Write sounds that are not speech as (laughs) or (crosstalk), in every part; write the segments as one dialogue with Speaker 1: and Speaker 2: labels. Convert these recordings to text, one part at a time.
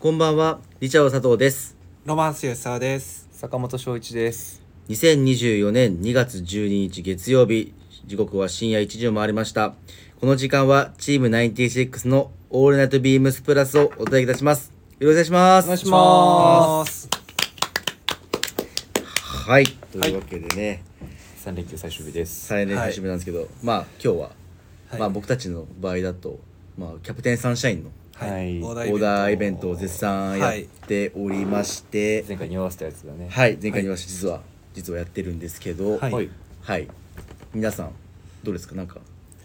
Speaker 1: こんばんは、リチャード佐藤です。
Speaker 2: ロマンス吉沢です。
Speaker 3: 坂本翔一です。
Speaker 1: 2024年2月12日月曜日、時刻は深夜1時を回りました。この時間はチーム96のオールナイトビームスプラスをお届けいたします。よろしくお願いします。
Speaker 3: お願いし
Speaker 2: し
Speaker 3: ま
Speaker 2: ます。
Speaker 1: はい、というわけでね、
Speaker 3: 三連休最終日です。
Speaker 1: 再練習始めなんですけど、まあ今日は、まあ僕たちの場合だと、まあキャプテンサンシャインの
Speaker 2: はい。
Speaker 3: オー
Speaker 1: オーダーイベントを絶賛や
Speaker 2: は
Speaker 1: っ
Speaker 2: い。
Speaker 1: ておりまして、
Speaker 3: 前回に合わせたやつだね。
Speaker 1: はい、前回に私実は、実はやってるんですけど、
Speaker 2: はい
Speaker 3: はい。
Speaker 1: はい皆さんどうですかなんか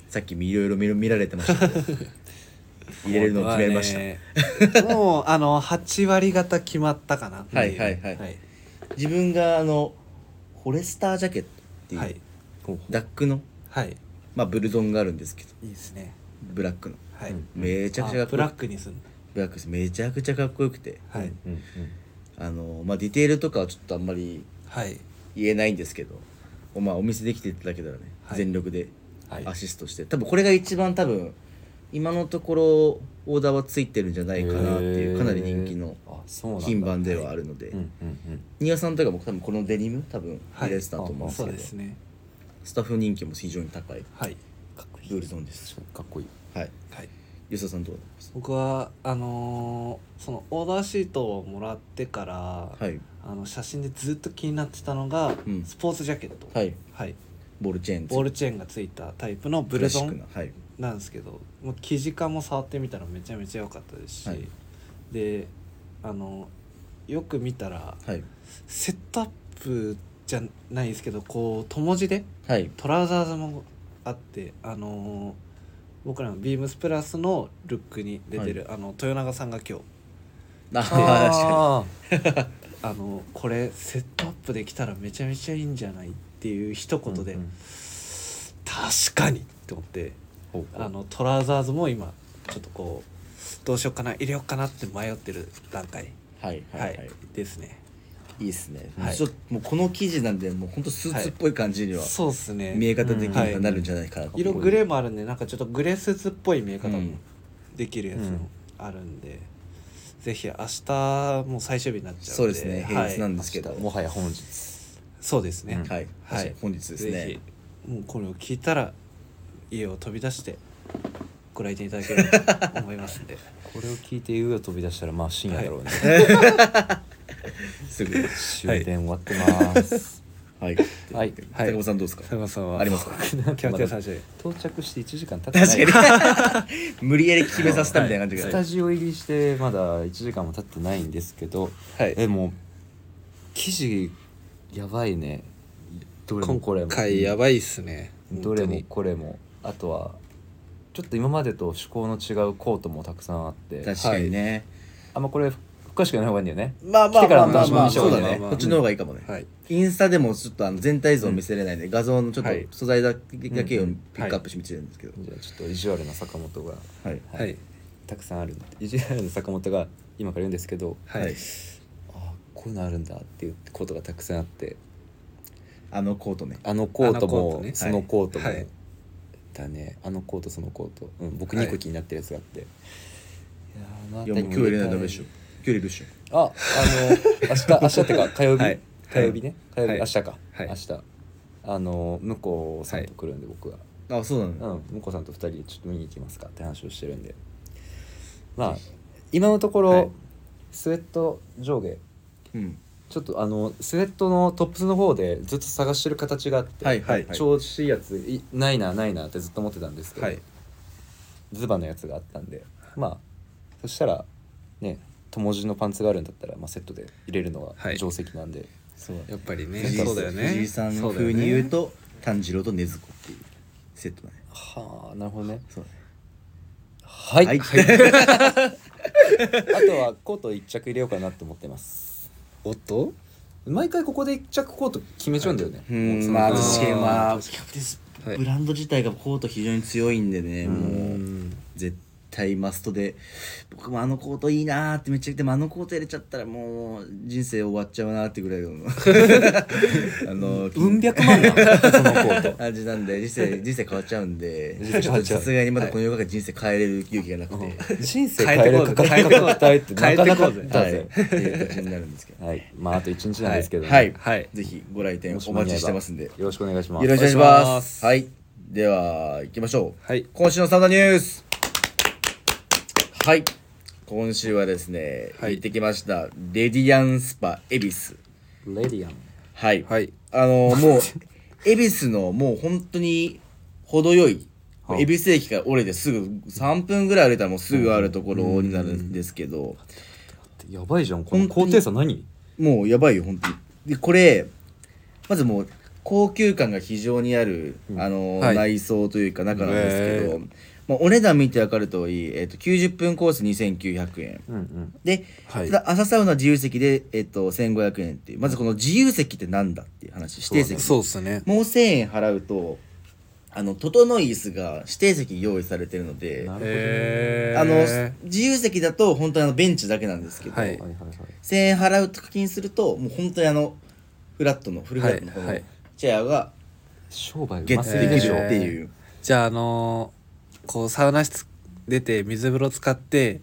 Speaker 1: さっきいろいろ見る見られてましたけど
Speaker 2: (laughs)
Speaker 1: 入れるのを決めました、
Speaker 2: した。もうあの八割方決まったかな。
Speaker 1: はいはいはい
Speaker 2: はい。
Speaker 1: 自分があのフォレスタージャケットっていう、
Speaker 2: はい。
Speaker 1: ダックの、
Speaker 2: はい。
Speaker 1: まあ、ブルゾンがあるんですけど
Speaker 2: いいですね。
Speaker 1: ブラックの
Speaker 2: はい。
Speaker 3: うん
Speaker 1: めちゃくちゃかっ
Speaker 2: あブ
Speaker 1: こよ
Speaker 2: ラッ
Speaker 1: く
Speaker 2: クにすんだ。
Speaker 1: ブラックですめちゃくちゃかっこよくて
Speaker 2: はい
Speaker 3: うんうん。
Speaker 1: あの、まあ、ディテールとかはちょっとあんまり
Speaker 2: はい
Speaker 1: 言えないんですけど、まあ、お見せできていただけたらね、
Speaker 2: はい
Speaker 1: 全力で
Speaker 3: はい
Speaker 1: アシストして、多分これが一番多分今のところオーダーはついてるんじゃないかなってい
Speaker 3: へ
Speaker 1: う
Speaker 3: ー
Speaker 1: かなり人気の
Speaker 3: あそうなんだ
Speaker 1: 品番ではあるので
Speaker 3: うんうん
Speaker 1: 丹羽さんとかも多分このデニム多分
Speaker 2: はい
Speaker 1: 入れてたと思うんです
Speaker 2: そ
Speaker 1: け
Speaker 2: う
Speaker 1: ど、
Speaker 2: ですね。
Speaker 1: スタッフ人気も非常に高い
Speaker 2: はい
Speaker 3: うん。かっこいい。
Speaker 1: ブルゾンです
Speaker 3: かっこいい。
Speaker 1: はい
Speaker 2: はい。
Speaker 1: 吉田さんどうです
Speaker 2: 僕はあのーそのオーダーシートをもらってから、
Speaker 1: はい
Speaker 2: あの写真でずっと気になってたのが、
Speaker 1: うん
Speaker 2: スポーツジャケット。
Speaker 1: はい
Speaker 2: はい。
Speaker 1: ボールチェーン
Speaker 2: ボールチェーンがついたタイプのブルゾン
Speaker 1: クラシックなはい
Speaker 2: なんですけどもう生地感も触ってみたらめちゃめちゃ良かったですし、
Speaker 1: はい
Speaker 2: であのよく見たら
Speaker 1: はい
Speaker 2: セットアップじゃないですけどこう友字で
Speaker 1: はい
Speaker 2: トラウザーズもあってあのー僕らのビームスプラスのルックに出てる、あの豊永さんが今日
Speaker 1: あー確か
Speaker 2: あのこれセットアップできたらめちゃめちゃいいんじゃないっていう一言で、
Speaker 3: うんうん
Speaker 2: 確かにって思って
Speaker 3: ほうほう
Speaker 2: あのトラウザーズも今ちょっとこうどうしようかな入れようかなって迷ってる段階
Speaker 1: にはい
Speaker 2: は、
Speaker 1: はいい、はい、
Speaker 2: ですね
Speaker 1: いいですね、
Speaker 2: はい
Speaker 1: ちょっともうこの生地なんでもうほんとスーツっぽい感じには
Speaker 2: そうですね
Speaker 1: 見え方的に
Speaker 2: う
Speaker 1: は
Speaker 2: ん
Speaker 1: なるんじゃないかなと
Speaker 2: 色グレーもあるんでなんかちょっとグレースーツっぽい見え方
Speaker 1: う
Speaker 2: も
Speaker 1: ん
Speaker 2: できるやつ
Speaker 3: うん
Speaker 2: もあるんで、ぜひ明日もう最終日になっちゃうんで
Speaker 1: そうですね平日なん
Speaker 2: はい、
Speaker 1: ですけど、
Speaker 3: もはや本日。
Speaker 2: そうですね、
Speaker 3: うん
Speaker 1: はい、
Speaker 2: はい
Speaker 1: 確かに本日ですね
Speaker 2: ぜひもうこれを聞いたら家を飛び出してご来店いただければと思います
Speaker 1: (laughs)
Speaker 2: んで
Speaker 3: これを聞いて上を飛び出したらまあ深夜だろうね。
Speaker 1: すぐ
Speaker 3: 終電終わってます。
Speaker 1: (laughs) はい
Speaker 3: はい
Speaker 1: 坂本さんどうですか、
Speaker 2: 佐山さんは
Speaker 1: ありますか
Speaker 2: キャプテン最終
Speaker 3: 到着して1時間経ってない。
Speaker 1: 確かに無理やり決めさせたみたいな感じ
Speaker 3: ス
Speaker 1: が
Speaker 3: タジオ入りしてまだ1時間も経ってないんですけど、
Speaker 1: はい
Speaker 3: えもう生地やばいねどれも
Speaker 2: 今
Speaker 3: これも
Speaker 2: 回やばいっすね
Speaker 3: どれも
Speaker 2: 本
Speaker 3: これもあとはちょっと今までと趣向の違うコートもたくさんあって
Speaker 1: 確かにね、
Speaker 3: あんまこれ詳しくない方がいいんだよね
Speaker 1: まあまあ
Speaker 3: 来て
Speaker 1: ま
Speaker 3: か
Speaker 1: あ
Speaker 3: ら
Speaker 1: まあまあ
Speaker 3: 楽し
Speaker 1: そう
Speaker 3: みにしよ
Speaker 1: だね
Speaker 3: うね
Speaker 2: まあまあ
Speaker 1: こっちの方がいいかもね、
Speaker 2: 当にはい
Speaker 1: インスタでもちょっとあの全体像見せれないんで、画像のちょっと
Speaker 2: はい
Speaker 1: 素材だけ,、だけを
Speaker 3: うんう
Speaker 1: ピ
Speaker 3: ん
Speaker 1: ックアップしてみてるんですけど、
Speaker 3: じゃあちょっと意地悪な坂本が、
Speaker 1: はい
Speaker 2: はい、
Speaker 3: たくさんあるんで意地悪な坂本が今から言うんですけど
Speaker 2: はい
Speaker 3: あこういうのあるんだっていうコートがたくさんあって
Speaker 1: あのコートね
Speaker 3: あのコート
Speaker 2: あのコート
Speaker 3: も
Speaker 2: ね
Speaker 3: そのコートも、
Speaker 2: はい
Speaker 3: だねあのコートそのコート、うん、僕
Speaker 2: はい
Speaker 3: 2個気になってるやつがあって、い、やーまあ
Speaker 1: いやもう今日入れないとダメでしょ今日入れるでしょ
Speaker 3: ああの明日明日って
Speaker 2: (laughs)
Speaker 3: か火曜日、
Speaker 2: はい
Speaker 3: 火曜日ね火曜日、
Speaker 2: はい
Speaker 3: 明日か、
Speaker 2: はい
Speaker 3: 明日あの向こうさんと来るんで、僕が、
Speaker 1: あそうなの、
Speaker 3: うん、向こうさんと2人でちょっと見に行きますかって話をしてるんでまあ今のところ、
Speaker 2: はい
Speaker 3: スウェット上下
Speaker 1: うん
Speaker 3: ちょっとあのスウェットのトップスの方でずっと探してる形があって、
Speaker 1: はいはいはい
Speaker 3: 調子いいやついないなないなってずっと思ってたんですけど、
Speaker 2: はい
Speaker 3: ズバのやつがあったんでまあそしたらね友字のパンツがあるんだったら、まあ、セットで入れるの
Speaker 2: は
Speaker 3: はい定石なんで、
Speaker 1: そう
Speaker 2: やっぱりね
Speaker 1: 藤井
Speaker 2: そうだよね
Speaker 1: 藤井さん
Speaker 2: そうだよ
Speaker 1: 風
Speaker 2: ね
Speaker 1: に言うと炭治郎と禰豆子っていうセットだね
Speaker 3: はあなるほどね
Speaker 1: そうだね
Speaker 3: はい、
Speaker 1: はい
Speaker 3: あとはコート1着入れようかなと思ってます
Speaker 2: おっと
Speaker 3: 毎回ここで1着コート決めちゃうんだよね、
Speaker 1: うんまあ
Speaker 2: うん
Speaker 1: 確かにまあ
Speaker 2: はい
Speaker 1: ブランド自体がコート非常に強いんでね、
Speaker 3: う
Speaker 1: もうん絶対マストで僕もあのコートいいなーってめっちゃでもあのコート入れちゃったらもう人生終わっちゃうなーってぐらいのあの
Speaker 3: うん百万なのそのコート
Speaker 1: 感じなんで人生人生変わっちゃうんで
Speaker 3: 人生変わっちゃう
Speaker 1: さすがにまだこの世の中人生変えれる勇気がなくて、
Speaker 3: 人生変える価格
Speaker 2: 変えてこうぜ
Speaker 3: 帯ってなかなかあった
Speaker 1: はい、
Speaker 3: ぜ
Speaker 1: っていう感じになるんですけど
Speaker 3: はいまああと一日なんですけどね
Speaker 1: はい、は
Speaker 2: はいい、
Speaker 1: ぜひご来店
Speaker 3: もし
Speaker 1: お
Speaker 3: 間に合
Speaker 1: 待
Speaker 3: えば
Speaker 1: ちしてますんでよ
Speaker 3: よろしくお願いしま
Speaker 1: ろ
Speaker 3: す
Speaker 1: しくお願いし
Speaker 2: お願いし
Speaker 1: ま
Speaker 2: ますす
Speaker 1: はいでは行きましょう、
Speaker 2: はい
Speaker 1: 今週のサウナニュースはい今週はですね、
Speaker 2: はい
Speaker 1: 行ってきましたレディアンスパ恵比寿
Speaker 3: レディアン
Speaker 1: はい、
Speaker 2: はい
Speaker 1: あの
Speaker 3: (laughs)
Speaker 1: もう恵比寿のもう本当に程よい
Speaker 3: はい
Speaker 1: 恵比寿駅から折れてすぐ3分ぐらい歩いたらもうすぐあるところになるんですけど
Speaker 3: やばいじゃんこ
Speaker 1: 本
Speaker 3: の
Speaker 1: 当に
Speaker 3: 高低差何
Speaker 1: もうやばいよ本当にでこれまずもう高級感が非常にある、あの
Speaker 2: はい
Speaker 1: 内装というか中なんですけど、
Speaker 2: へ
Speaker 1: まあ、お値段見て分かる通り、えっと90分コース2900円
Speaker 3: うんうん
Speaker 1: で、
Speaker 2: はい
Speaker 1: ただ朝サウナ自由席で、えっと1500円っていうまずこの自由席ってなんだっていう話指定席
Speaker 2: そうっすね
Speaker 1: もう1000円払うとあの整い椅子が指定席用意されてるので
Speaker 3: なるほど
Speaker 2: へ
Speaker 1: あの
Speaker 2: ー
Speaker 1: 自由席だと本当にあのベンチだけなんですけど、
Speaker 2: はい
Speaker 3: はいはいはい
Speaker 1: 1000円払うと課金するともう本当にあのフラットのフルフラットのこ
Speaker 2: は
Speaker 1: の
Speaker 2: い
Speaker 1: チェアが
Speaker 3: 商売
Speaker 1: ゲッ
Speaker 3: うま
Speaker 1: ツ
Speaker 3: す
Speaker 1: で
Speaker 3: ぎ
Speaker 1: き
Speaker 3: でし
Speaker 1: る
Speaker 3: ょ
Speaker 1: っていう、
Speaker 2: じゃああのーこうサウナ室出て水風呂使って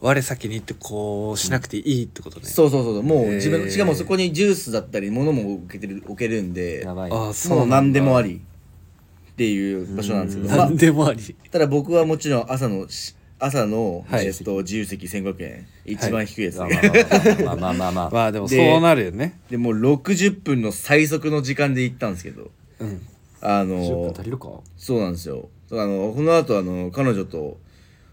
Speaker 2: 我先にってこうしなくていいってことね、
Speaker 1: そうそうそうそうもう
Speaker 2: へー
Speaker 1: 自分しかもそこにジュースだったり物も置けてる置けるんで
Speaker 3: やばい
Speaker 2: ああそう
Speaker 1: もう何でもあ
Speaker 2: り
Speaker 1: りっていう場所なんですけど、まあ
Speaker 2: 何、でもあり
Speaker 1: (laughs) ただ僕はもちろん朝のし朝の、
Speaker 2: はい
Speaker 1: えっと自由席1500円一番低いやつね、
Speaker 3: まあまあま
Speaker 1: (laughs)
Speaker 3: あまあまあまあまあ
Speaker 2: まあでもそうなるよね
Speaker 1: でもう60分の最速の時間で行ったんですけど
Speaker 2: うん
Speaker 1: あ
Speaker 3: 10分
Speaker 1: の
Speaker 3: 足りるか
Speaker 1: そうなんですよあのこの後あの彼女と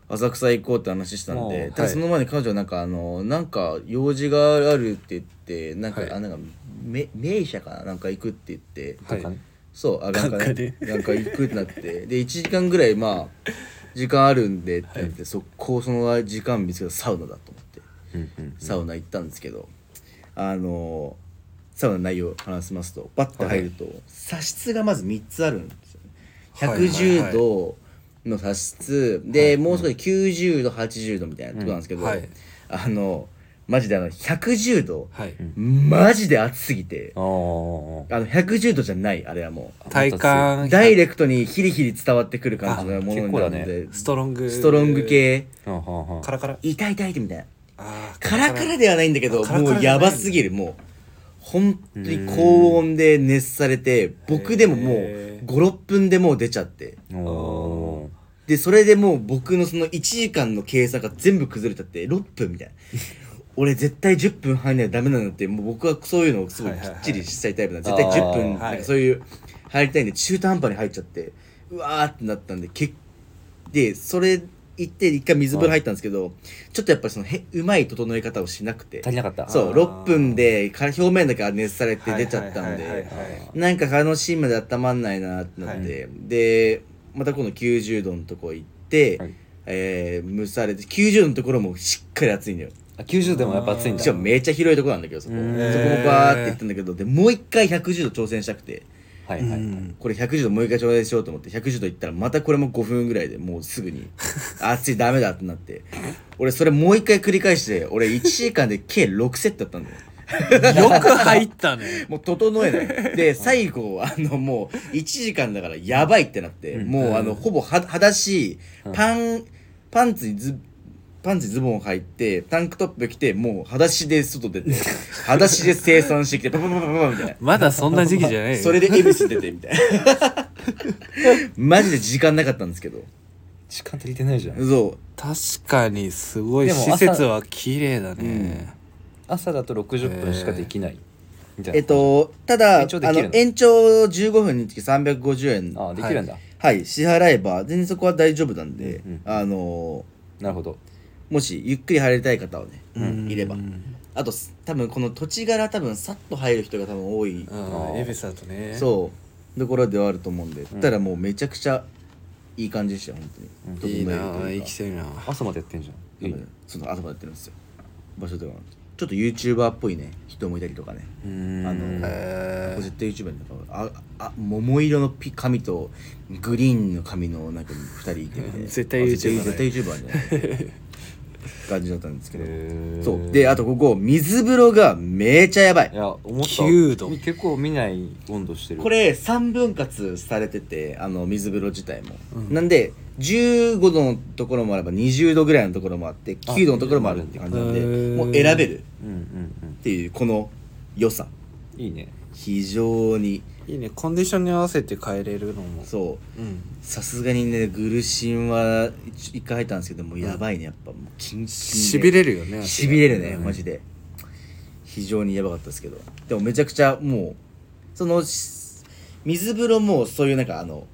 Speaker 1: 浅草行こうって話したん
Speaker 3: も
Speaker 1: で
Speaker 3: う
Speaker 1: ただ
Speaker 2: はい
Speaker 1: その前に彼女はなんかあのなんか用事があるって言ってなんか、
Speaker 2: はい
Speaker 1: あなんかめ名医者かななんか行くって言って、
Speaker 2: は
Speaker 3: とかね
Speaker 2: い
Speaker 1: そうあなんか
Speaker 2: 眼科で
Speaker 1: なんか行くってなってで1時間ぐらいまあ時間あるんでって言って、速攻その時間見つけたサウナだと思って。
Speaker 3: うんうん
Speaker 1: サウナ行ったんですけど、あのサウナの内容を話しますとバッて入ると、茶室がまず3つあるんですよね
Speaker 2: はいはいはい
Speaker 1: 110度の茶室、で、もう少し90度80度みたいなとこなんですけど、
Speaker 2: うんはい
Speaker 1: あのマジであの110度、
Speaker 2: はい、
Speaker 1: マジで暑すぎて
Speaker 3: あー
Speaker 1: あの110度じゃないあれはも
Speaker 2: 体
Speaker 1: う
Speaker 2: 感
Speaker 1: ダイレクトにヒリヒリ伝わってくる感じのものになるの
Speaker 3: あ結
Speaker 1: で、
Speaker 2: ストロング
Speaker 1: ストロング系
Speaker 3: あーはあはあ
Speaker 2: カラカラ
Speaker 1: 痛い痛いってみたいな。
Speaker 2: あー
Speaker 1: カラカラではないんだけど
Speaker 2: カラカ
Speaker 1: も
Speaker 2: ラ
Speaker 1: うやばすぎるもう本当に高温で熱されて僕でももう
Speaker 2: へー
Speaker 1: 56分でもう出ちゃって
Speaker 3: おー
Speaker 1: でそれでもう僕のその1時間の計算が全部崩れちゃって6分
Speaker 2: (laughs)
Speaker 1: みたいな俺絶対10分半にはダメなんだってもう僕はそういうのをすごいきっちりしたいタイプなんで、
Speaker 3: はいはいはい
Speaker 1: 絶対10分
Speaker 2: あー
Speaker 1: なんかそういう入りたいんで中途半端に入っちゃってうわーってなったんで結でそれ行って一回水風呂入ったんですけど、ちょっとやっぱりそのへうまい整え方をしなくて
Speaker 3: 足りなかった
Speaker 1: そう
Speaker 2: あー
Speaker 1: 6分でから表面だけ熱されて出ちゃったん
Speaker 2: はいはいはい
Speaker 1: で
Speaker 2: はいはい
Speaker 1: なんかあの芯まで温まんないなってなって、でまた今度90度のとこ行って、
Speaker 3: はい
Speaker 1: えー蒸されて90度のところもしっかり熱いんだよ
Speaker 3: あ90でもやっぱ暑いんだ
Speaker 1: しかもめちゃ広いとこなんだけどそこそこ
Speaker 3: う
Speaker 1: も
Speaker 3: ん
Speaker 1: バーって行ったんだけどでもう一回110度挑戦したくて
Speaker 3: はいはいはい
Speaker 2: うん
Speaker 1: これ110度もう一回挑戦しようと思って110度行ったらまたこれも5分ぐらいでもうすぐに熱いダメだってなって俺それもう一回繰り返して俺1時間で計6セットやったんだよ
Speaker 2: よく入ったね
Speaker 1: もう整え
Speaker 3: (laughs)
Speaker 1: ない。で、最後、あの、もう、1時間だからやばいってなって、もう、あの、ほぼは、裸足、パン、パンツにズ、パンツにズボン履いて、タンクトップ着て、もう、裸足で外
Speaker 3: (laughs)
Speaker 1: 出て、裸足で生産してきて、パパパパパパみたいな。
Speaker 2: まだそんな時期じゃないよ
Speaker 1: それで恵比寿出て、みたいな。
Speaker 3: (laughs)
Speaker 1: マジで時間なかったんですけど。
Speaker 3: 時間足りてないじゃん
Speaker 1: そう。
Speaker 2: 確かにすごい
Speaker 3: でも
Speaker 2: 施
Speaker 3: 朝
Speaker 2: 設は綺麗だね、
Speaker 3: 朝だと60分しかできないみたいな
Speaker 1: えっと、ただ、あ
Speaker 3: 延長できるの
Speaker 1: の、延長15分につき350円。
Speaker 3: ああできるんだ
Speaker 1: はい、支払えば、全然そこは大丈夫なんで、
Speaker 3: うんうん
Speaker 1: あの
Speaker 3: なるほど
Speaker 1: もしゆっくり入りたい方はね、
Speaker 2: うん
Speaker 1: いればあとす多分この土地柄多分さっと入る人が多分多い、
Speaker 2: うんエビサとね
Speaker 1: そうところではあると思うんで、たらもうめちゃくちゃいい感じでしたよ本当に、
Speaker 2: いいな
Speaker 1: 整えると
Speaker 2: ぁ
Speaker 1: いう
Speaker 2: 生
Speaker 1: か
Speaker 2: きてるなぁ
Speaker 3: 朝までやってんじゃん
Speaker 1: 多分その朝までやってるんですよ場所ではなくてちょっと YouTuber っぽいね人もいたりとかね
Speaker 3: うーん
Speaker 1: あの絶対 YouTuber になんかああ桃色のピ髪とグリーンの髪のなんか2人いてみたいな
Speaker 2: 絶対
Speaker 1: あ
Speaker 2: YouTuber
Speaker 1: 絶対 YouTuber みたいな感じだったんですけど
Speaker 3: へー
Speaker 1: そうであとここ水風呂がめちゃやばい
Speaker 3: いや思った
Speaker 2: 9度
Speaker 3: 結構見ない温度してる
Speaker 1: これ3分割されててあの水風呂自体も、なんで15度のところもあれば20度ぐらいのところもあって9度のところもあるって感じなんで
Speaker 2: へー
Speaker 1: もう選べるっ
Speaker 3: うんうん
Speaker 1: ていうこの良さ
Speaker 3: うんいいね
Speaker 1: 非常に
Speaker 2: いいねコンディションに合わせて変えれるのも
Speaker 1: そう
Speaker 2: うん
Speaker 1: さすがにねグルシンは一一回入ったんですけどもうやばいねやっぱもうキンキンで
Speaker 2: しびれるよね
Speaker 1: しびれるね
Speaker 2: うん
Speaker 1: マジで非常にやばかったですけどでもめちゃくちゃもうそのし水風呂もそういうなんかあの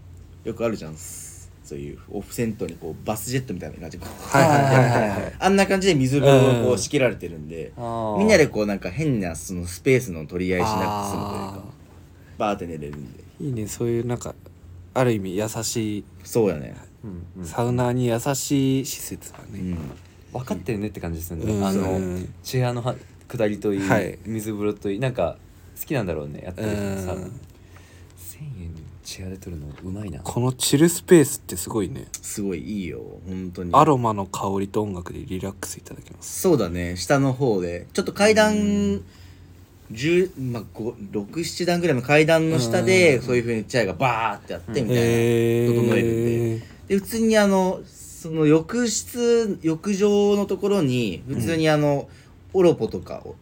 Speaker 1: よくあるじゃんすそういうオフセントにこうバスジェットみたいな感じでこう
Speaker 2: はいはいはいはい
Speaker 1: あんな感じで水風呂をこ
Speaker 2: う
Speaker 1: うん仕切られてるんで、
Speaker 3: み
Speaker 1: みんなでこうなんか変なそのスペースの取り合いしなくて済むという
Speaker 2: あ
Speaker 1: かバーって寝れるんで
Speaker 2: ーいいねそういうなんかある意味優しい
Speaker 1: そうやね、
Speaker 3: うんうん
Speaker 2: サウナーに優しい施設だ
Speaker 1: う
Speaker 2: ね、
Speaker 1: ん、
Speaker 3: 分かってるねって感じですよ
Speaker 2: う
Speaker 3: ね
Speaker 2: ん
Speaker 3: あ
Speaker 2: う
Speaker 3: の
Speaker 2: ん
Speaker 3: チェアのは下りといい、
Speaker 2: はい
Speaker 3: 水風呂といいなんか好きなんだろうねやってる
Speaker 2: うん
Speaker 3: サウナ1000円チェアで取るのうまいな
Speaker 2: このチルスペースってすごいね
Speaker 1: すごいいいよ本当に
Speaker 2: アロマの香りと音楽でリラックスいただけます
Speaker 1: そうだね下の方でちょっと階段10まあ、67段ぐらいの階段の下でそういうふうにチャイがバーってやってみたいな、
Speaker 2: えー、
Speaker 1: 整えるんでで普通にあのその浴室浴場のところに普通にあの、オロポとかを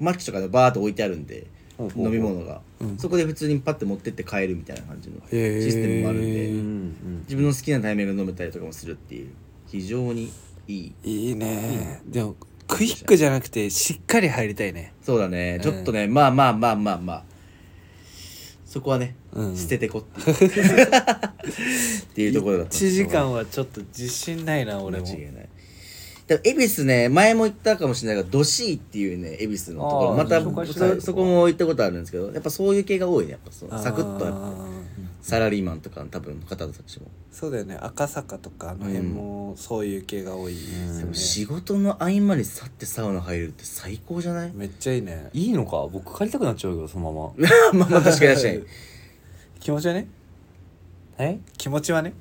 Speaker 1: マッチとかでバーっと置いてあるんで
Speaker 3: ほうほうほ
Speaker 1: 飲
Speaker 3: う
Speaker 1: み物が、
Speaker 2: うん
Speaker 1: そこで普通にパッて持ってって買えるみたいな感じのシ
Speaker 2: へー
Speaker 1: ステムもあるんで、
Speaker 3: うんう
Speaker 1: 自分の好きなタイミングで飲めたりとかもするっていう非常にいい
Speaker 2: いいね、でもクイックじゃなくてしっかり入りたいね
Speaker 1: そうだね、
Speaker 2: ん
Speaker 1: ちょっとね、まあまあまあまあまあ。そこはね、
Speaker 2: うん
Speaker 1: 捨ててこっていう。っていうところだったんで
Speaker 2: 1
Speaker 1: すよ。
Speaker 2: 時間はちょっと自信ないな俺も
Speaker 1: 間違いない。でも恵比寿ね前も言ったかもしれないがドシーっていうね恵比寿のところ
Speaker 3: あー
Speaker 1: また
Speaker 3: 紹介したい
Speaker 1: そそこも行ったことあるんですけどやっぱそういう系が多いねやっぱそのサクッとやっ
Speaker 2: あ
Speaker 1: ぱ
Speaker 2: ー
Speaker 1: サラリーマンとかの多分方たちも、
Speaker 2: そうだよね赤坂とかあの辺もそういう系が多いです
Speaker 1: で
Speaker 2: よ
Speaker 1: も
Speaker 2: ね、
Speaker 1: 仕事の合間に去ってサウナ入るって最高じゃない (laughs)
Speaker 2: めっちゃいいね
Speaker 3: いいのか僕帰りたくなっちゃうよそのま
Speaker 1: ま
Speaker 3: ま (laughs)
Speaker 1: あまあ確かに確かに
Speaker 2: 気持ちはね
Speaker 3: え
Speaker 2: 気持ちはね、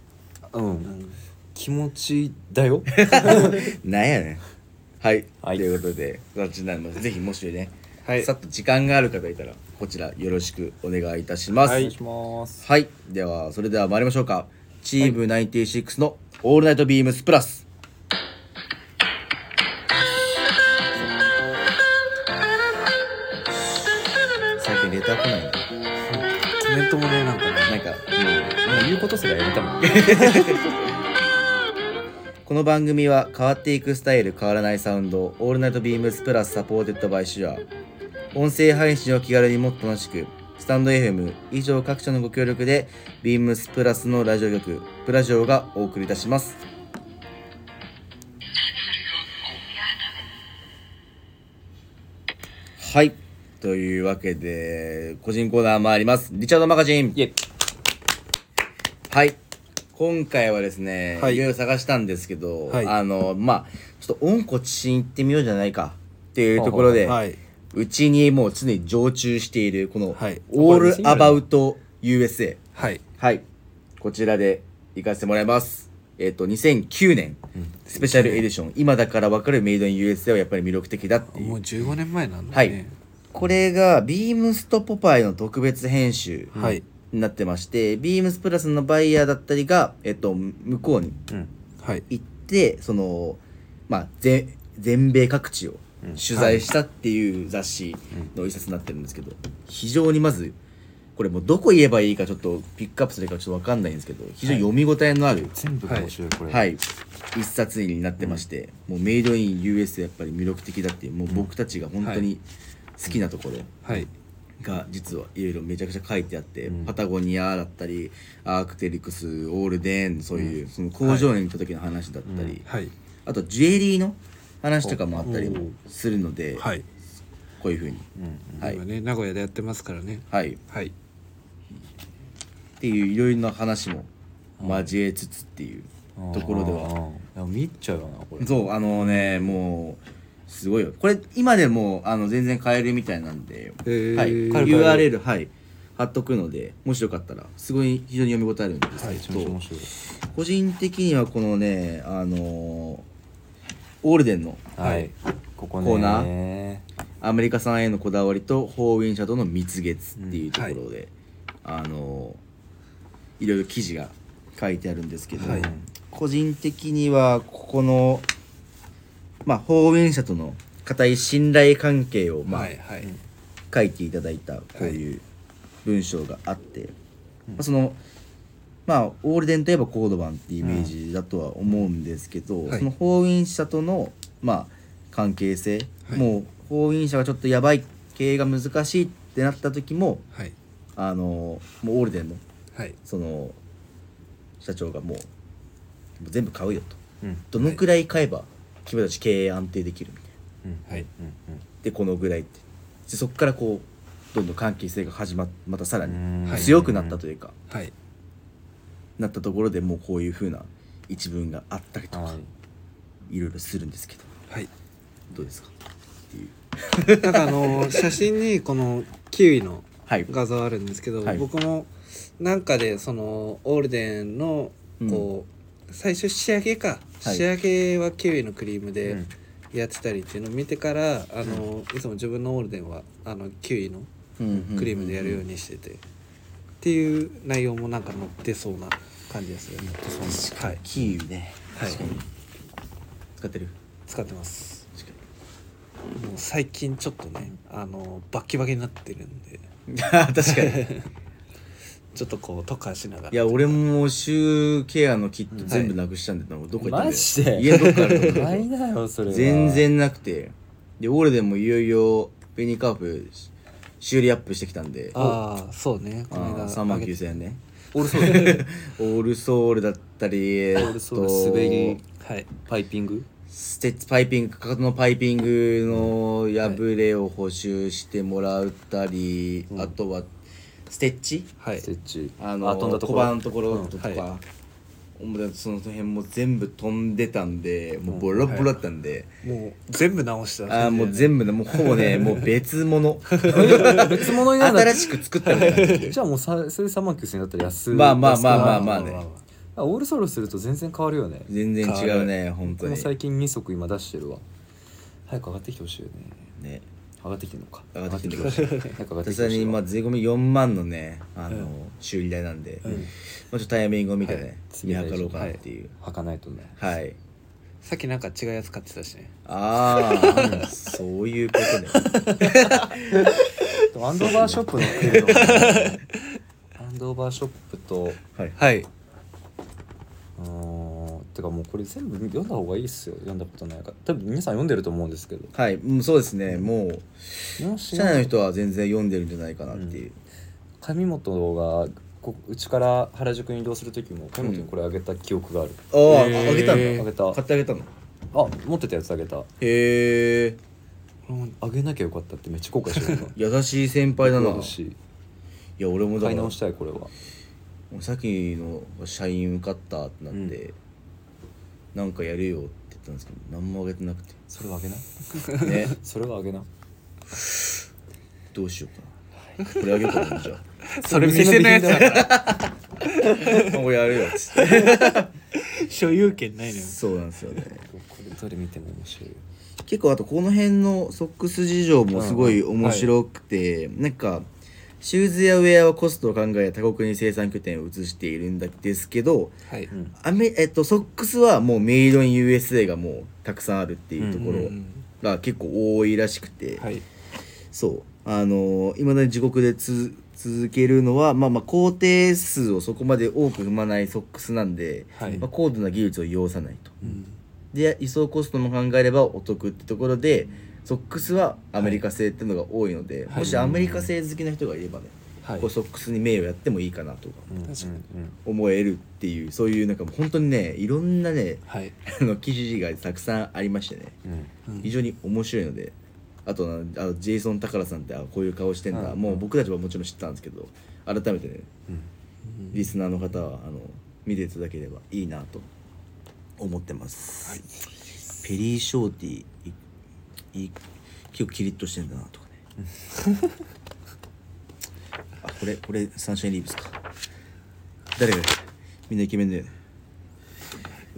Speaker 3: うん気持ちだ
Speaker 2: (laughs)
Speaker 3: よ
Speaker 1: (laughs) なんやねん。はい。
Speaker 3: はい
Speaker 1: ということで、形になります。ぜひ、もしね、
Speaker 2: はい
Speaker 1: さっと時間がある方いたら、こちらよろしくお願いいたします。
Speaker 2: は
Speaker 1: はいい。
Speaker 3: します
Speaker 1: では、それでは参りましょうか。チーム96のオールナイトビームスプラス。最近レター来ないね。
Speaker 2: コメントもねなんかね
Speaker 1: なんか、もう、
Speaker 3: もう言うことすらやめたもん
Speaker 2: (laughs)
Speaker 1: この番組は変わっていくスタイル変わらないサウンドオールナイトビームスプラスサポーテッドバイシュア音声配信を気軽にもっと楽しくスタンド FM 以上各社のご協力でビームスプラスのラジオ局プラジオがお送りいたしますはいというわけで個人コーナーもありますリチャードマガジン
Speaker 3: いえ
Speaker 1: はい今回はですね、
Speaker 2: はい
Speaker 1: いろいろ探したんですけど、
Speaker 2: はい
Speaker 1: あのまあちょっと温故知新行ってみようじゃないかっていうところで、
Speaker 2: はいう
Speaker 1: ちにもう常に常駐しているこの
Speaker 2: はい
Speaker 1: 「オールアバウト USA
Speaker 2: はい」
Speaker 1: はいこちらで行かせてもらいますえっ、と2009年スペシャルエディション今だからわかるメイドイン USA はやっぱり魅力的だっていう
Speaker 2: もう15年前なんだ
Speaker 1: はい
Speaker 2: ね
Speaker 1: これがビームスとポパイの特別編集
Speaker 2: はい
Speaker 1: になってまして、ビームスプラスのバイヤーだったりが、えっと、向こうに
Speaker 3: うん
Speaker 2: はい
Speaker 1: 行ってその、まあ、ぜ全米各地を取材したっていう雑誌の一冊になってるんですけど、非常にまずこれもうどこ言えばいいかちょっとピックアップするかちょっと分かんないんですけど非常に読み応えのある、
Speaker 3: 全部面白いこれ
Speaker 1: はい、一冊になってまして、もうメイドイン US やっぱり魅力的だっていうもう僕たちが本当に好きなところ
Speaker 2: はい
Speaker 1: が実はいろいろめちゃくちゃ書いてあって、
Speaker 3: うん
Speaker 1: パタゴニアだったりアークテリクスオールデンそういう、その工場に行った時の話だったり、
Speaker 2: はい
Speaker 1: あとジュエリーの話とかもあったりもするので、
Speaker 2: はい
Speaker 1: こういうふうに、はい
Speaker 2: 今ね名古屋でやってますからね
Speaker 1: はい、っ
Speaker 2: はい
Speaker 1: ていういろいろな話も交えつつっていうところでは
Speaker 3: あーいや見入っちゃうよなこれ
Speaker 1: そうあのねもうすごいよこれ今でもあの全然買えるみたいなんで、
Speaker 2: えー
Speaker 1: はい、
Speaker 3: 買える買え
Speaker 1: URL はい貼っとくのでもしよかったらすごい非常に読み応えあるんです
Speaker 3: はい、めち
Speaker 1: け
Speaker 3: ゃ
Speaker 1: ど、
Speaker 3: めちゃ面白い。
Speaker 1: 個人的にはこのねあのーオールデンの
Speaker 3: はい、ここね。
Speaker 1: コーナアメリカ産へのこだわりと法院者との蜜月っていうところで、あのいろいろ記事が書いてあるんですけど、
Speaker 2: はい
Speaker 1: 個人的にはここのまあ法院者との固い信頼関係を、まあ
Speaker 2: はいはい、
Speaker 1: 書いていただいたこういう文章があって、まあ、そのまあオールデンといえばコードバンっていうイメージだとは思うんですけど、
Speaker 2: んはい
Speaker 1: その法院者とのまあ関係性、
Speaker 2: はい
Speaker 1: もう法院者がちょっとやばい経営が難しいってなった時も
Speaker 2: はい
Speaker 1: あのもうオールデンの
Speaker 2: はい
Speaker 1: その社長がもうもう全部買うよと
Speaker 3: うん、
Speaker 1: どのくらい買えば君たち経営安定できるみたいな。
Speaker 3: うん、
Speaker 2: はい
Speaker 3: うん、
Speaker 1: でこのぐらいってでそこからこうどんどん関係性が始まっまたさらに
Speaker 3: うん
Speaker 2: はい
Speaker 1: 強くなったというか、
Speaker 2: はい
Speaker 1: なったところでもうこういう風な一文があったりとか、、
Speaker 3: はい
Speaker 1: ろいろするんですけど
Speaker 2: はい
Speaker 1: どうですかっていう
Speaker 2: なんかあ
Speaker 1: (laughs)
Speaker 2: の写真にこのキウイの
Speaker 1: はい
Speaker 2: 画像あるんですけど、
Speaker 1: はい
Speaker 2: 僕もなんかでそのオールデンのこう、最初仕上げか、
Speaker 1: はい
Speaker 2: 仕上げはキウイのクリーム
Speaker 3: い。
Speaker 2: でやってたりっていうのを見てから、あのいつも自分のオールデンはあのキウイのクリームでやるようにしてて、っていう内容もなんか載ってそうな感じですよね。はい、
Speaker 1: キーウね
Speaker 2: はい
Speaker 1: 確かに、使ってる
Speaker 2: 使ってます。
Speaker 1: 確かに
Speaker 2: もう最近ちょっとね、あのバッキバキになってるんで、
Speaker 1: あー確かに
Speaker 2: ちょっとこう溶かしながら。
Speaker 1: いや俺もシューケアのキット全部なくしたんで、どこ行ったんだよ
Speaker 3: マジで
Speaker 1: 家のどっかあると思う
Speaker 3: ないだよ、 (laughs) それは。
Speaker 1: 全。然なくてでオールデンもいよいよベニカープし修理アップしてきたんで
Speaker 2: ああ、そうね。この間
Speaker 1: 3万9000円ね
Speaker 2: オールソ
Speaker 1: (laughs)
Speaker 2: ール。
Speaker 1: オールソウルだったりえっと
Speaker 3: オールソール滑り
Speaker 2: はい。
Speaker 3: パイピング。
Speaker 1: ステッチパイピングかかとのパイピングの破れを補修してもらったり、あとはステッチ
Speaker 2: はい
Speaker 3: ス。テッチ。
Speaker 1: あの
Speaker 3: あ飛んだとこ
Speaker 1: 小
Speaker 3: ろ
Speaker 1: 判のところとか、
Speaker 2: うんは
Speaker 1: 表のその辺も全部飛んでたんでもうボロボロだったんで、
Speaker 2: もう全部直した、
Speaker 3: (laughs)
Speaker 1: ああもう全部ねもうほぼねもう別物
Speaker 3: 別物になる
Speaker 1: 新しく作ったみたいな感じで
Speaker 3: (laughs) じゃあもうさそれ3万9000円だったら安い
Speaker 1: まあまあまあまあ
Speaker 3: 安くなる
Speaker 1: まあね
Speaker 3: あオールソロすると全然変わるよね
Speaker 1: 全然違うね本当
Speaker 3: 僕も
Speaker 1: に
Speaker 3: 最近2足今出してるわ早く上がってきてほしいよね
Speaker 1: ね
Speaker 3: 上がってきてんのか
Speaker 1: 上がってきて
Speaker 3: 上が
Speaker 1: ほ
Speaker 3: ってきてほしい早く上がっ
Speaker 1: さ
Speaker 3: てき
Speaker 1: す
Speaker 3: て
Speaker 1: が
Speaker 3: ほし
Speaker 1: に
Speaker 3: い
Speaker 1: ま
Speaker 3: わ
Speaker 1: あ税込み4万のねあの、
Speaker 2: うん
Speaker 1: 修理代なんで、
Speaker 2: うん
Speaker 1: まあちょっとタイミングを見てね、見
Speaker 3: は
Speaker 1: 計
Speaker 3: い
Speaker 1: ろうかなっていう
Speaker 3: はかないとね
Speaker 1: はい、
Speaker 2: さっきなんか違うやつ買ってたしね
Speaker 1: ああ (laughs) そういうことね
Speaker 3: アンドーバーショップのクールねアンドーバーショップと
Speaker 1: はい
Speaker 2: はい
Speaker 3: うーんてかもうこれ全部読んだ方がいいっすよ読んだことないから多分皆さん読んでると思うんですけど
Speaker 1: はい、うん、そうですねもう
Speaker 3: もし
Speaker 1: 社内の人は全然読んでるんじゃないかなっていう、
Speaker 3: 上本がこうちから原宿に移動する時も上本にこれあげた記憶がある、
Speaker 1: ああ
Speaker 2: へー
Speaker 1: あげたん
Speaker 2: え
Speaker 1: だ
Speaker 3: あげた
Speaker 1: 買ってあげたの
Speaker 3: あ持ってたやつあげた
Speaker 1: へえ
Speaker 3: 俺もあげなきゃよかったってめっちゃ後悔してるの
Speaker 1: 優しい先輩だな
Speaker 3: 後悔
Speaker 1: い
Speaker 3: し
Speaker 1: や俺もだ
Speaker 3: 買
Speaker 1: か
Speaker 3: い
Speaker 1: ら
Speaker 3: 直したいこれは
Speaker 1: さっきの社員受かったってなって、なんかやるよって言ったんですけど何もあげてな (laughs) くて
Speaker 3: (laughs) それはあげない
Speaker 1: ね
Speaker 3: それはあげな
Speaker 1: どうしようかなこれあげようかな (laughs) じゃ
Speaker 2: (laughs) それ店のやつだから
Speaker 1: あこれあるよっつって
Speaker 2: (laughs) 所有権ないのよ
Speaker 1: そうなんですよね
Speaker 3: これどれ見ても面白いよ
Speaker 1: 結構あとこの辺のソックス事情もすごい面白くて、なんかシューズやウェアはコストを考え他国に生産拠点を移しているんですけど
Speaker 2: はい、
Speaker 3: うん
Speaker 1: アメ、えっと、ソックスはもうメイドイン USA がもうたくさんあるっていうところが結構多いらしくて、
Speaker 2: はい
Speaker 1: そうあのいまだに地獄でつ続けるのはまあまあ工程数をそこまで多く踏まないソックスなんで、
Speaker 2: はい
Speaker 1: まあ、高度な技術を要さないと。
Speaker 2: うん
Speaker 1: で輸送コストも考えればお得ってところでソックスはアメリカ製ってのが多いので、
Speaker 2: はい
Speaker 1: もしアメリカ製好きな人がいればね、
Speaker 2: はい
Speaker 1: こうソックスに名誉やってもいいかなとか
Speaker 3: うん
Speaker 2: 確かに
Speaker 3: うん
Speaker 1: 思えるっていうそういうなんかもう本当にねいろんなね
Speaker 2: はい
Speaker 1: あの記事がたくさんありましてね
Speaker 3: うんうん
Speaker 2: うん
Speaker 1: 非常に面白いのであとなあのジェイソン・タカラさんってあこういう顔してんだ、
Speaker 3: うん
Speaker 1: もう僕たちはもちろん知ってたんですけど改めてね
Speaker 3: うん
Speaker 1: リスナーの方はあの見ていただければいいなと思ってます、ペリー・ショーティーいいい結構キリッとしてんだなとかねあこれこれサンシャインリーブスか誰がみんなイケメンだよね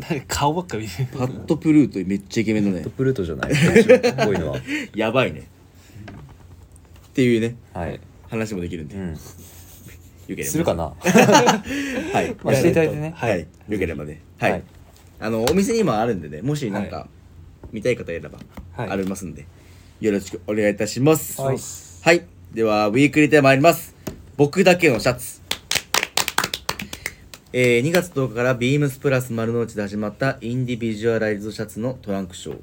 Speaker 2: なんか顔ばっか見てる
Speaker 1: パッドプルートめっちゃイケメンだね
Speaker 3: トップルートじゃないこういうのは
Speaker 1: (laughs) やばいねっていうね
Speaker 3: (laughs) はい、
Speaker 1: 話もできるんで、
Speaker 3: う
Speaker 1: よ
Speaker 3: ん、
Speaker 1: ければ
Speaker 3: するかな
Speaker 1: はい、
Speaker 3: まあしていただいてね
Speaker 1: はい、よければね、はい、
Speaker 3: はい
Speaker 1: あのお店にもあるんでね、もしなんか、
Speaker 3: は
Speaker 1: 見たい方いれば、
Speaker 2: はい
Speaker 1: ありますんで、よろしくお願いいたします。
Speaker 3: はい
Speaker 1: はいではウィークリーテーマ参ります。僕だけのシャツ。えー、2月10日からビームスプラス丸の内で始まったインディビジュアライズドシャツのトランクショー